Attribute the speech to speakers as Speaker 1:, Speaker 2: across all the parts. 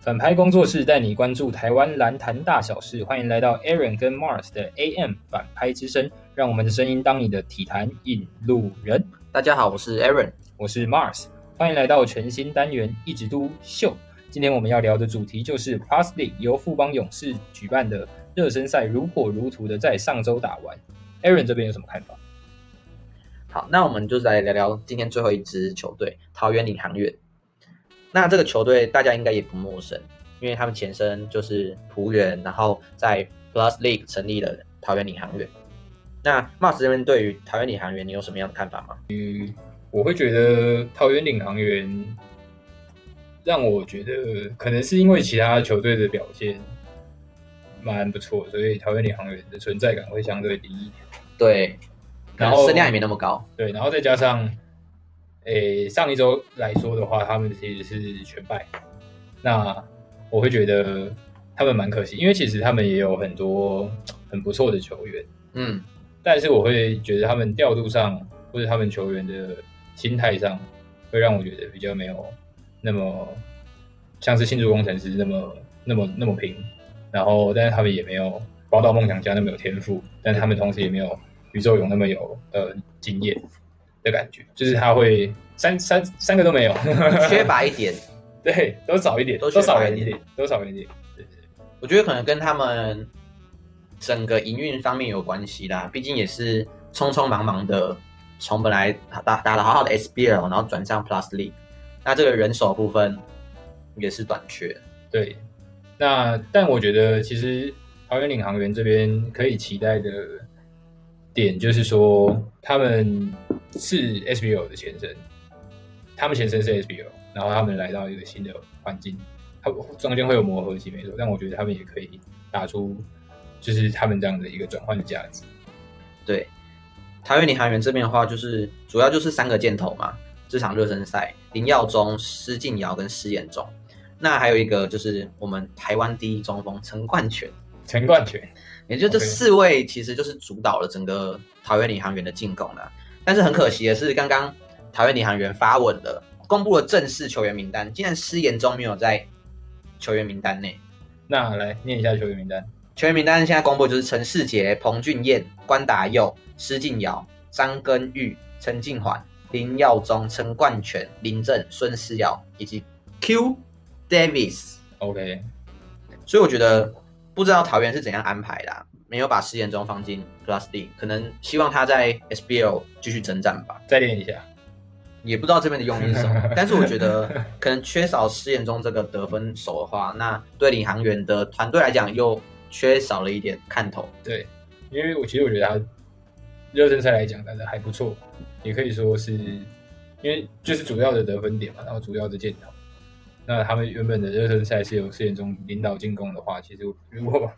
Speaker 1: 反拍工作室带你关注台湾篮坛大小事，欢迎来到 Aaron 跟 Mars 的 AM 反拍之声，让我们的声音当你的体坛引路人。
Speaker 2: 大家好，我是 Aaron。
Speaker 1: 我是 Mars，欢迎来到全新单元一直都秀。今天我们要聊的主题就是 Plus League 由富邦勇士举办的热身赛如火如荼的在上周打完。Aaron 这边有什么看法？
Speaker 2: 好，那我们就来聊聊今天最后一支球队——桃园领航员。那这个球队大家应该也不陌生，因为他们前身就是璞园，然后在 Plus League 成立了桃园领航员。那 Mars 这边对于桃园领航员，你有什么样的看法吗？
Speaker 1: 我会觉得桃园领航员让我觉得可能是因为其他球队的表现蛮不错，所以桃园领航员的存在感会相对低一点。
Speaker 2: 对，
Speaker 1: 然后
Speaker 2: 声量也没那么高。
Speaker 1: 对，然后再加上，诶，上一周来说的话，他们其实是全败。那我会觉得他们蛮可惜，因为其实他们也有很多很不错的球员，
Speaker 2: 嗯，
Speaker 1: 但是我会觉得他们调度上或者他们球员的心态上，会让我觉得比较没有那么像是庆祝工程师那么那么那么平。然后，但是他们也没有宝岛梦想家那么有天赋，但他们同时也没有宇宙勇那么有呃经验的感觉，就是他会三三三个都没有，
Speaker 2: 缺乏一点。
Speaker 1: 对，都少一点，
Speaker 2: 都
Speaker 1: 都
Speaker 2: 缺乏
Speaker 1: 少人
Speaker 2: 一
Speaker 1: 一
Speaker 2: 点
Speaker 1: 点，都少人一点。对对
Speaker 2: 我觉得可能跟他们整个营运方面有关系啦，毕竟也是匆匆忙忙的从本来打打的好好的 SBL，然后转上 Plus League，那这个人手部分也是短缺。
Speaker 1: 对，那但我觉得其实桃园领航员这边可以期待的点就是说，他们是 SBO 的前身，他们前身是 SBO，然后他们来到一个新的环境，他们中间会有磨合期没错，但我觉得他们也可以打出就是他们这样的一个转换的价值。
Speaker 2: 对，桃园领航员这边的话，就是主要就是三个箭头嘛，这场热身赛，林耀宗、施敬尧跟施彦忠。那还有一个就是我们台湾第一中锋陈冠泉，
Speaker 1: 陈冠权，
Speaker 2: 也就这
Speaker 1: OK
Speaker 2: 四位其实就是主导了整个桃园领航员的进攻啦。但是很可惜的是，刚刚桃园领航员发文了，公布了正式球员名单，竟然施延中没有在球员名单内。
Speaker 1: 那来念一下球员名单。
Speaker 2: 球员名单现在公布就是陈世杰、彭俊彦、关达佑、施敬尧、张根玉、陈敬环、林耀宗、陈冠全、林正、孙思尧以及 Q Davis。
Speaker 1: OK，
Speaker 2: 所以我觉得不知道桃园是怎样安排的啊、没有把施延中放进 Plus D，可能希望他在 SBL 继续征战吧。
Speaker 1: 再练一下。
Speaker 2: 也不知道这边的用意是什么，但是我觉得可能缺少施延中这个得分手的话，那对领航员的团队来讲又缺少了一点看头。
Speaker 1: 对，因为我其实我觉得他热身赛来讲打的还不错，也可以说是因为就是主要的得分点嘛，然后主要的箭头。那他们原本的热身赛是由施延中领导进攻的话，其实如果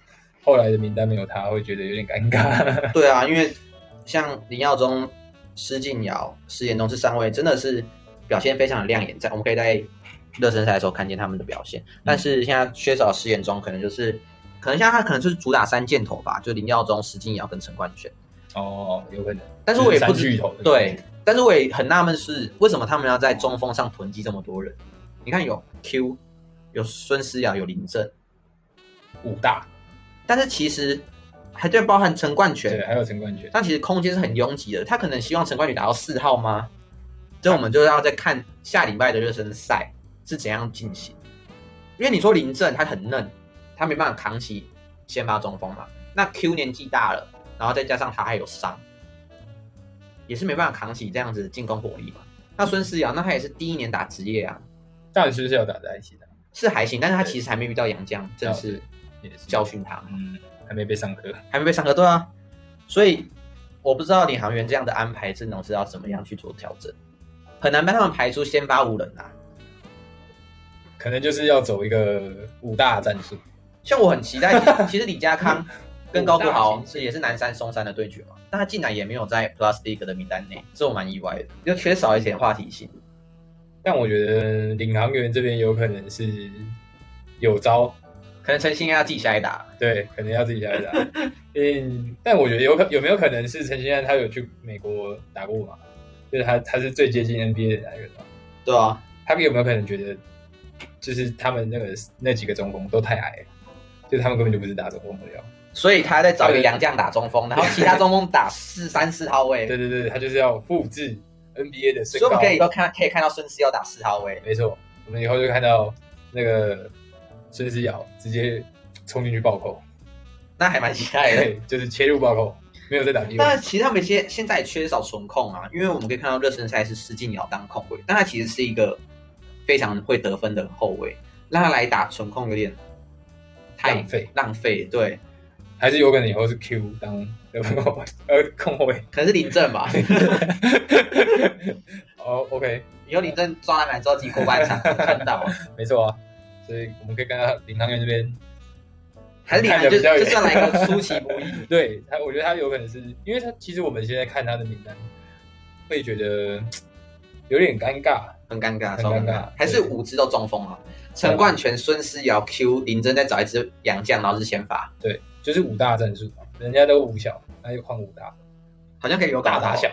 Speaker 1: 后来的名单没有他，会觉得有点尴尬。
Speaker 2: 对啊，因为像林耀宗、施敬尧、施延东这三位真的是表现非常的亮眼，在我们可以在热身赛的时候看见他们的表现。
Speaker 1: 嗯
Speaker 2: 但是现在缺少施延中，可能就是可能像他可能就是主打三箭头吧，就林耀宗、施敬尧跟陈冠轩。
Speaker 1: 哦，有可能。
Speaker 2: 但是我也不
Speaker 1: 就是三巨
Speaker 2: 知
Speaker 1: 头的
Speaker 2: 对，但是我也很纳闷是为什么他们要在中锋上囤积这么多人？你看有 Q，有孙思尧，有林振，
Speaker 1: 五大
Speaker 2: 但是其实还对包含陈冠全
Speaker 1: 对，，还有陈冠权。
Speaker 2: 但其实空间是很拥挤的。他可能希望陈冠宇打到四号吗？这我们就要再看下礼拜的热身赛是怎样进行。因为你说林振他很嫩，他没办法扛起先发中锋嘛。那 Q 年纪大了，然后再加上他还有伤，也是没办法扛起这样子进攻火力嘛。那孙思瑶，那他也是第一年打职业啊，
Speaker 1: 大师是要打在一起的，
Speaker 2: 是还行，但是他其实还没遇到杨绛正式
Speaker 1: 也是
Speaker 2: 教训他嘛。
Speaker 1: 嗯，还没被上课。
Speaker 2: 还没被上课，对啊，所以我不知道领航员这样的安排阵容是要怎么样去做调整，很难帮他们排出先发五人啊。
Speaker 1: 可能就是要走一个五大战术，
Speaker 2: 像我很期 待，其实其实李家康跟高国
Speaker 1: 五大
Speaker 2: 豪
Speaker 1: 型
Speaker 2: 是也是南山松山的对决嘛，但他竟然也没有在 Plus League 的名单内，这我蛮意外的，又缺少一点话题性。
Speaker 1: 但我觉得领航员这边有可能是有招，
Speaker 2: 可能陈星要记下来打，
Speaker 1: 对，可能要自己 来打。嗯，但我觉得有可有没有可能是陈星安他有去美国打过啊嘛？就是他他是最接近 NBA 的那个人嘛，
Speaker 2: 对啊，
Speaker 1: 他有没有可能觉得就是他们那个那几个中锋都太矮了，就他们根本就不是打中锋的料。
Speaker 2: 所以他在找一个洋将打中锋，然后其他中锋打四三四号位，
Speaker 1: 对对对，他就是要复制 NBA 的身
Speaker 2: 所以我
Speaker 1: 高
Speaker 2: 们。可以都看可以看到孙思要打四号位，
Speaker 1: 没错，我们以后就看到那个孙思尧直接冲进去暴扣，
Speaker 2: 那还蛮期待的。
Speaker 1: 对，就是切入暴扣，没有在打低位。
Speaker 2: 但其实他们现现在也缺少纯控啊，因为我们可以看到热身赛是施晋尧当控卫，但他其实是一个非常会得分的后卫，让他来打纯控有点太
Speaker 1: 浪费
Speaker 2: 浪费。对，
Speaker 1: 还是有可能以后是 Q 当得分后卫， 呃，控后卫。
Speaker 2: 可能是林 振吧，
Speaker 1: 哦，OK，
Speaker 2: 以后林振抓篮板之后自己过半场我看 到，
Speaker 1: 没错啊，所以我们可以看到林康源这边
Speaker 2: 还是林
Speaker 1: 看
Speaker 2: 南
Speaker 1: 得
Speaker 2: 就
Speaker 1: 比较
Speaker 2: 就
Speaker 1: 远
Speaker 2: 算来一个出其不意。
Speaker 1: 对他，我觉得他有可能是因为他，其实我们现在看他的名单，会觉得嘖有点尴尬。
Speaker 2: 很尴尬，
Speaker 1: 很
Speaker 2: 超尴
Speaker 1: 尴
Speaker 2: 尬
Speaker 1: 尬，
Speaker 2: 还是五支都中锋啊？陈冠权、孙思尧、Q 林真再找一支洋将，然后是先发，
Speaker 1: 对，就是五大战术嘛，人家都五小，那就换五大，
Speaker 2: 好像可以有搞头哦
Speaker 1: 大打小，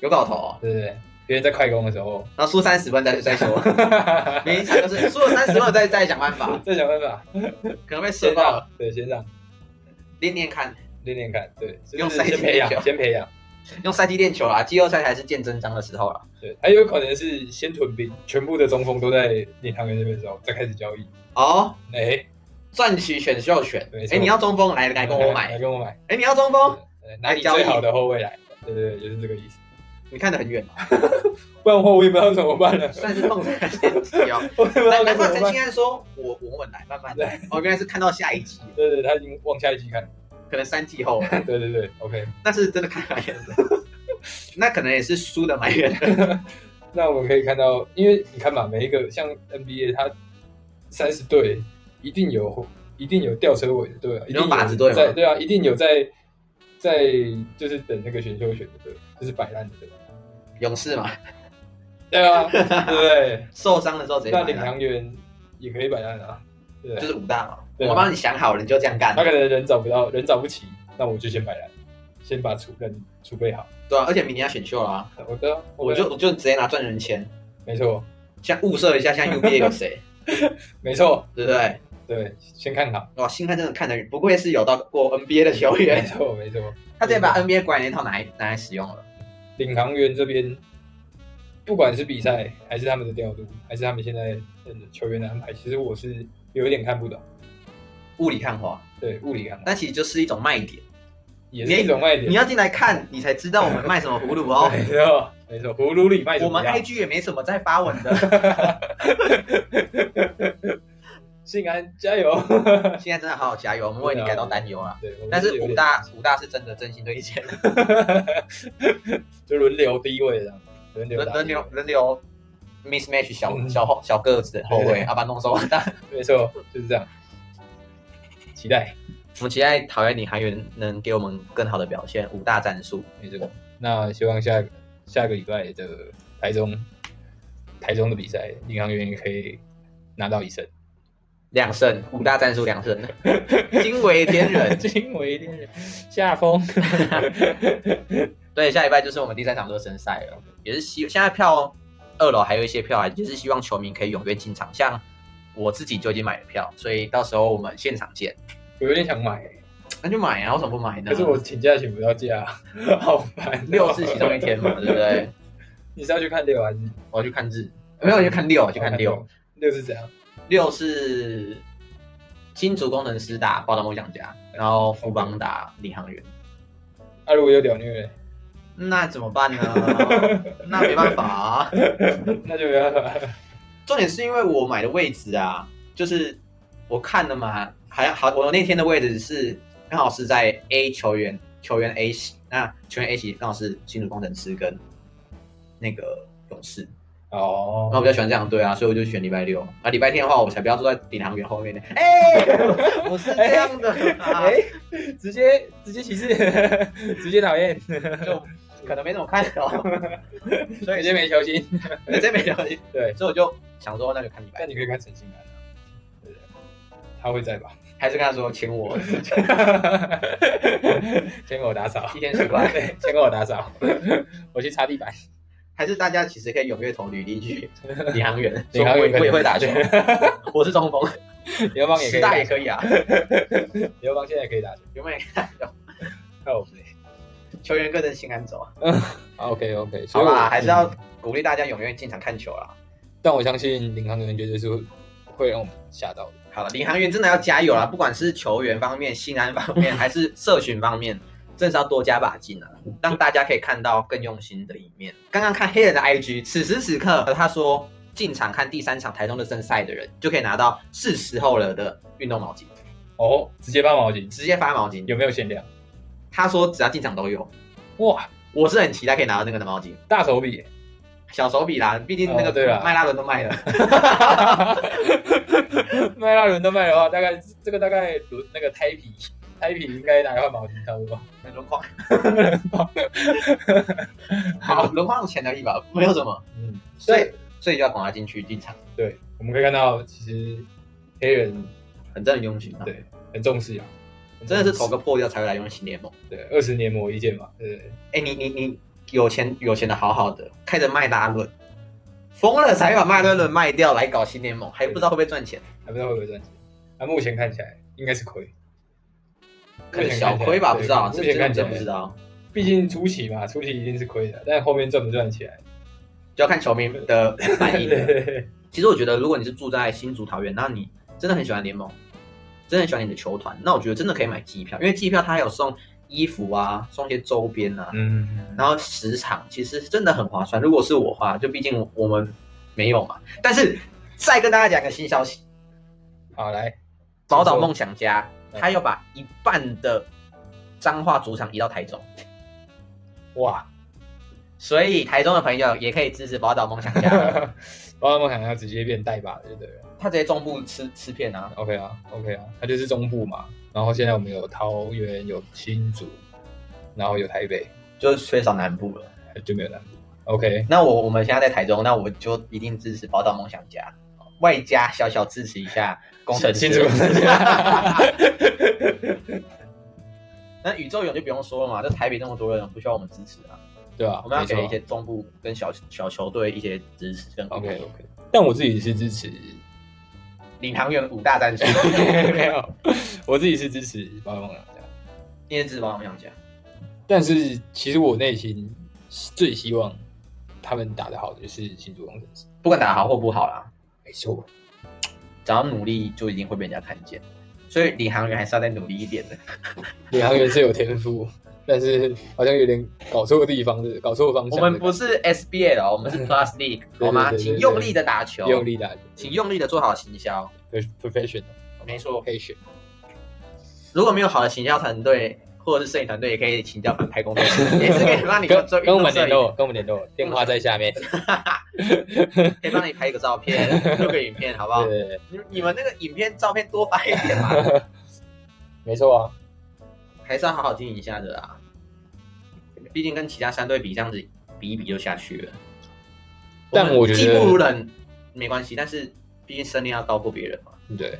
Speaker 2: 有搞头、哦。
Speaker 1: 对不对？别人在快攻的时 候，
Speaker 2: 然后输三十分再再说， 每一场都是输了三十分再再想办法，
Speaker 1: 再想办法，
Speaker 2: 可能被射
Speaker 1: 先
Speaker 2: 爆，
Speaker 1: 让对，先让
Speaker 2: 练练看，
Speaker 1: 练练看，对，就是
Speaker 2: 用赛季
Speaker 1: 先培
Speaker 2: 练球
Speaker 1: 养，先培养，
Speaker 2: 用赛季练球啦，季后赛才是见真章的时候啦。
Speaker 1: 对，还有可能是先屯兵，全部的中锋都在领航员那边的时候，再开始交易，
Speaker 2: 哦，
Speaker 1: 哎，
Speaker 2: 赚取选秀权
Speaker 1: 没，错
Speaker 2: 哎，你要中锋来来跟我买
Speaker 1: 来，跟我买，
Speaker 2: 哎，你要中锋，
Speaker 1: 对拿你
Speaker 2: 交易
Speaker 1: 最好的后卫来，对对对，就是这个意思，
Speaker 2: 你看得很远，
Speaker 1: 不然我也不知道怎么办了，
Speaker 2: 算是梦想的 先期哦。
Speaker 1: 我也不知道该
Speaker 2: 难难怪
Speaker 1: 怎么
Speaker 2: 陈
Speaker 1: 办
Speaker 2: 信。安说，我我稳来，慢慢来
Speaker 1: 对。
Speaker 2: 哦，原来是看到下一集，
Speaker 1: 对对，他已经往下一集看。
Speaker 2: 可能三季后了。
Speaker 1: 对对对，OK。
Speaker 2: 那是真的看蛮远的，那可能也是输的蛮远 的。
Speaker 1: 那我们可以看到，因为你看嘛，每一个像 NBA，它三十队一定有一定有吊车尾的队啊，一定
Speaker 2: 靶子队吗
Speaker 1: 在对啊，一定有在在就是等那个选秀选的队，就是摆烂的队。啊
Speaker 2: 勇士嘛，
Speaker 1: 对啊，对不对？
Speaker 2: 受伤的时候直接
Speaker 1: 那
Speaker 2: 买
Speaker 1: 领
Speaker 2: 了，
Speaker 1: 航员也可以摆烂啊，对不
Speaker 2: 就
Speaker 1: 对
Speaker 2: 是武大嘛。
Speaker 1: 对啊
Speaker 2: 我帮你想好了，你就这样干
Speaker 1: 他。可能人找不到，人找不齐，那我就先摆烂，先把储人储备好。
Speaker 2: 对啊，而且明年要选秀啦，
Speaker 1: 我的，
Speaker 2: 我就我就直接拿赚人钱，
Speaker 1: 没错，
Speaker 2: 像物色一下，像 UBA 有 谁，
Speaker 1: 没错，
Speaker 2: 对不对？
Speaker 1: 对，先看好，
Speaker 2: 哇，新汉真的看的不愧是有到过 NBA 的球
Speaker 1: 没
Speaker 2: 员，
Speaker 1: 错，没错。
Speaker 2: 他直接把 NBA 管理那套拿来拿来使用了。
Speaker 1: 领航员这边，不管是比赛还是他们的调度，还是他们现在呃球员的安排，其实我是有一点看不懂。
Speaker 2: 雾里看花，
Speaker 1: 对，物理看
Speaker 2: 那其实就是一种卖点。
Speaker 1: 也是一种卖点。
Speaker 2: 你要进来看，你才知道我们卖什么葫芦 哦。
Speaker 1: 没错，没错，葫芦里卖什
Speaker 2: 我
Speaker 1: 么
Speaker 2: 们
Speaker 1: 药？
Speaker 2: IG 也没什么在发文 的，
Speaker 1: 信安加油！
Speaker 2: 现在真的好好加油，我们为你感到担忧啊。
Speaker 1: 对，我们
Speaker 2: 但是
Speaker 1: 有
Speaker 2: 武
Speaker 1: 点
Speaker 2: 大武大是真的真心推荐，
Speaker 1: 就轮流低位这样，轮流
Speaker 2: 轮
Speaker 1: 打
Speaker 2: 轮流
Speaker 1: 低
Speaker 2: 轮流 mismatch 小
Speaker 1: 啊嗯
Speaker 2: 小后小个子的后
Speaker 1: 对
Speaker 2: 卫，
Speaker 1: 对
Speaker 2: 阿巴弄手完蛋。
Speaker 1: 位，没错，就是这样。期待，
Speaker 2: 我们期待桃园领航员能给我们更好的表现，五大战术。
Speaker 1: 没错。那希望下下个礼拜的台中台中的比赛，领航员也可以拿到一 胜。
Speaker 2: 两胜，五 大战术两胜，惊为天人。
Speaker 1: 惊为天人，下风。
Speaker 2: 对，下礼拜就是我们第三场热身赛了，也是希现在票二楼还有一些票啊，也是希望球迷可以踊跃进场。像我自己就已经买了票，所以到时候我们现场见。
Speaker 1: 我有点想买，
Speaker 2: 那就买啊，为什么不买呢？
Speaker 1: 可是我请假请不到假，好烦哦。
Speaker 2: 六是其中一天嘛，对不对？
Speaker 1: 你是要去看六还是
Speaker 2: 我要去看日，没有我去看六，我去看六。？
Speaker 1: 六是怎样？
Speaker 2: 六是新竹工程师打报道梦想家，然后富邦打领航员，
Speaker 1: 啊，如果有屌虐，
Speaker 2: 那怎么办呢？那没办法啊。
Speaker 1: 那就没办法。
Speaker 2: 重点是因为我买的位置啊，就是我看了嘛，还好，我那天的位置是刚好是在 A 球员球员 A 席，那球员 A 席刚好是新竹工程师跟那个勇士，那我
Speaker 1: 哦，
Speaker 2: 比较喜欢这样对啊，所以我就选礼拜六。啊，礼拜天的话，我才不要坐在领航员后面呢。哎、 我是这样的、啊，
Speaker 1: 哎，直接直接歧视， 直接讨厌，
Speaker 2: 就可能没怎么看哦 到，
Speaker 1: 所以直接没球星。
Speaker 2: 真没了解，
Speaker 1: 对，
Speaker 2: 所以我就想说，那就看礼拜
Speaker 1: 但，你可以看陈信安啊，对不对他会在吧？
Speaker 2: 还是跟他说请我
Speaker 1: 先给我打扫，
Speaker 2: 一天十块，
Speaker 1: 对，先给我打扫，我去擦地板。
Speaker 2: 还还是大家其实可以踊跃投履历去领航员，
Speaker 1: 领航员
Speaker 2: 说我也我也会打球， 我是中锋，
Speaker 1: 刘邦也可
Speaker 2: 师
Speaker 1: 以
Speaker 2: 大
Speaker 1: 打
Speaker 2: 也，可以啊，
Speaker 1: 刘邦现在也可以打球，
Speaker 2: 有没有看到
Speaker 1: 靠
Speaker 2: 球员个人心安走啊？
Speaker 1: OK OK，
Speaker 2: 好啦，还是要鼓励大家踊跃进场看球啊啦。
Speaker 1: 嗯但我相信领航员绝对是会会让我们吓到的。
Speaker 2: 好了，领航员真的要加
Speaker 1: 嗯
Speaker 2: 油啦！不管是球员方面、心安方 面，还是社群方面，真的是要多加把劲啊，让大家可以看到更用心的一面。刚刚看黑人的 IG，此时此刻他说进场看第三场台中热身赛的人，就可以拿到是时候了的运动毛巾，
Speaker 1: 哦，直接发毛巾，
Speaker 2: 直接发毛巾。
Speaker 1: 有没有限量？
Speaker 2: 他说只要进场都有，
Speaker 1: 哇，
Speaker 2: 我是很期待可以拿到那个的毛巾，
Speaker 1: 大手笔耶！
Speaker 2: 小手笔啦，毕竟那
Speaker 1: 哦对
Speaker 2: 个
Speaker 1: 啦
Speaker 2: 麦拉伦都卖了，
Speaker 1: 卖拉伦都卖的话，大概这个大概轮那个胎皮，胎皮应该拿一块毛巾差不多。
Speaker 2: 轮框， 好，轮框有钱而已吧，没有什么。
Speaker 1: 嗯，
Speaker 2: 所以所以就要管他进去进场，
Speaker 1: 对，我们可以看到，其实黑人
Speaker 2: 很正的用心啊。
Speaker 1: 对很重视啊，很重
Speaker 2: 真
Speaker 1: 视
Speaker 2: 的是投个破掉才会来用新联盟。
Speaker 1: 对二十年磨一剑嘛，对不对？
Speaker 2: 哎、你你你有钱有钱的好好的，开着麦拉伦，疯了才把麦拉伦卖掉来搞新联盟，还不知道会不会赚钱，
Speaker 1: 还不知道会不会赚钱。那、目前看起来应该是亏，
Speaker 2: 可能小亏吧，
Speaker 1: 目
Speaker 2: 不知
Speaker 1: 前看
Speaker 2: 道，
Speaker 1: 起来对目前
Speaker 2: 这这个
Speaker 1: 看起
Speaker 2: 真
Speaker 1: 来
Speaker 2: 不知道，
Speaker 1: 毕竟初期嘛，初期一定是亏的，但后面赚不赚起来，
Speaker 2: 就要看球迷的反
Speaker 1: 对
Speaker 2: 应。
Speaker 1: 对对，
Speaker 2: 其实我觉得，如果你是住在新竹桃园，那你真的很喜欢联盟，真的很喜欢你的球团，那我觉得真的可以买机票，因为机票它还有送衣服啊，送一些周边啊，
Speaker 1: 嗯，
Speaker 2: 然后时长其实真的很划算。如果是我的话，就毕竟我们没有嘛。但是再跟大家讲个新消息，
Speaker 1: 好来，
Speaker 2: 宝岛梦想家
Speaker 1: 嗯
Speaker 2: 他要把一半的彰化主场移到台中，
Speaker 1: 哇，
Speaker 2: 所以台中的朋友也可以支持宝岛梦想 家。
Speaker 1: 包括梦想要直接变代把的，就对了。
Speaker 2: 他直接中部吃吃片啊，
Speaker 1: OK 啊，OK 啊，它就是中部嘛。然后现在我们有桃园，有新竹，然后有台北，
Speaker 2: 就是缺少南部了。
Speaker 1: 就没有南部。OK，
Speaker 2: 那我我们现在在台中，那我就一定支持宝岛梦想家，外加小小支持一下工程
Speaker 1: 新
Speaker 2: 师。
Speaker 1: 新竹工 程师
Speaker 2: 那宇宙勇就不用说了嘛，这台北那么多人，不需要我们支持啊。
Speaker 1: 对吧、啊？
Speaker 2: 我们要给
Speaker 1: 没
Speaker 2: 一
Speaker 1: 错
Speaker 2: 些中部跟小小球队一些支持跟鼓励
Speaker 1: OK OK，但我自己是支持，
Speaker 2: 领航员五大战术，
Speaker 1: 没有，我自己是支持包梦想家。
Speaker 2: 你也支持宝岛梦想家。
Speaker 1: 但是其实我内心最希望他们打得好的就是新竹工程师。
Speaker 2: 不管打得好或不好啦，
Speaker 1: 没错，
Speaker 2: 只要努力就一定会被人家看见。所以领航员还是要再努力 一点的。
Speaker 1: 领航员是有天赋， 但是好像有点搞错地方的，搞错方
Speaker 2: 我
Speaker 1: 向的感觉。
Speaker 2: 们不是 SBL，我们 是 Plus League，好吗？
Speaker 1: 对对对对
Speaker 2: 请用力的打球，
Speaker 1: 用，力打球，
Speaker 2: 请用力的做好行销。
Speaker 1: 对 professional
Speaker 2: 没错，
Speaker 1: patient。
Speaker 2: 如果没有好的行销团队或者是摄影团队，也可以请教反派工 作室，也是可以让你
Speaker 1: 跟
Speaker 2: 们做
Speaker 1: 跟我们
Speaker 2: 运动摄
Speaker 1: 联
Speaker 2: 影
Speaker 1: 络，跟我们联络，电话在下面。
Speaker 2: 可以帮你拍一个照片，录个影片，好不好？
Speaker 1: 对，
Speaker 2: 你你们那个影片照片多发一点嘛，
Speaker 1: 没错啊，
Speaker 2: 还是要好好经营一下的啦。毕竟跟其他三队比，这样子比一比就下去了。
Speaker 1: 但我觉得
Speaker 2: 技不如人没关系，但是毕竟胜利要高过别人嘛。
Speaker 1: 对。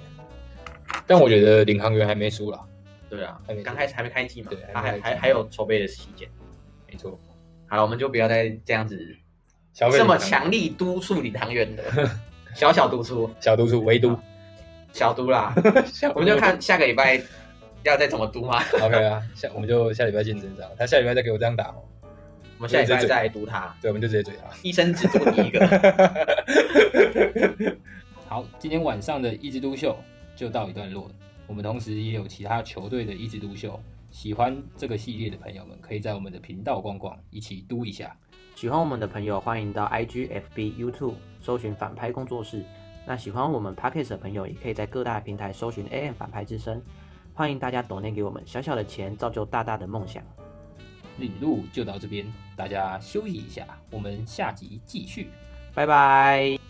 Speaker 1: 但我觉得领航员还没输啦，
Speaker 2: 对啊
Speaker 1: 还没，
Speaker 2: 刚开始还没开季嘛
Speaker 1: 对，
Speaker 2: 他
Speaker 1: 还没
Speaker 2: 还
Speaker 1: 开季
Speaker 2: 还还有筹备的时间。
Speaker 1: 没错。
Speaker 2: 好了，我们就不要再这样子
Speaker 1: 小费
Speaker 2: 这么
Speaker 1: 领航员
Speaker 2: 强力督促领航员的，小小督促，
Speaker 1: 小毒素唯毒，
Speaker 2: 小督啦。
Speaker 1: 我
Speaker 2: 我们就看下个礼拜要再怎么督嘛。
Speaker 1: OK 啊，下我们就下礼拜见真章，他下礼拜再给我这样打哦，
Speaker 2: 我们下礼拜再来督他，
Speaker 1: 对，我们就直接追啊他。
Speaker 2: 医生只督你一个。
Speaker 1: 好，今天晚上的一枝独秀就到一段落了。我们同时也有其他球队的一枝独秀，喜欢这个系列的朋友们，可以在我们的频道逛逛，一起嘟一下。
Speaker 2: 喜欢我们的朋友，欢迎到 IG、FB、YouTube 搜寻反拍工作室。那喜欢我们 p a c k a g e 的朋友，也可以在各大平台搜寻 AM 反派之声。欢迎大家抖内给我们，小小的钱造就大大的梦想。
Speaker 1: 领路就到这边，大家休息一下，我们下集继续。
Speaker 2: 拜拜。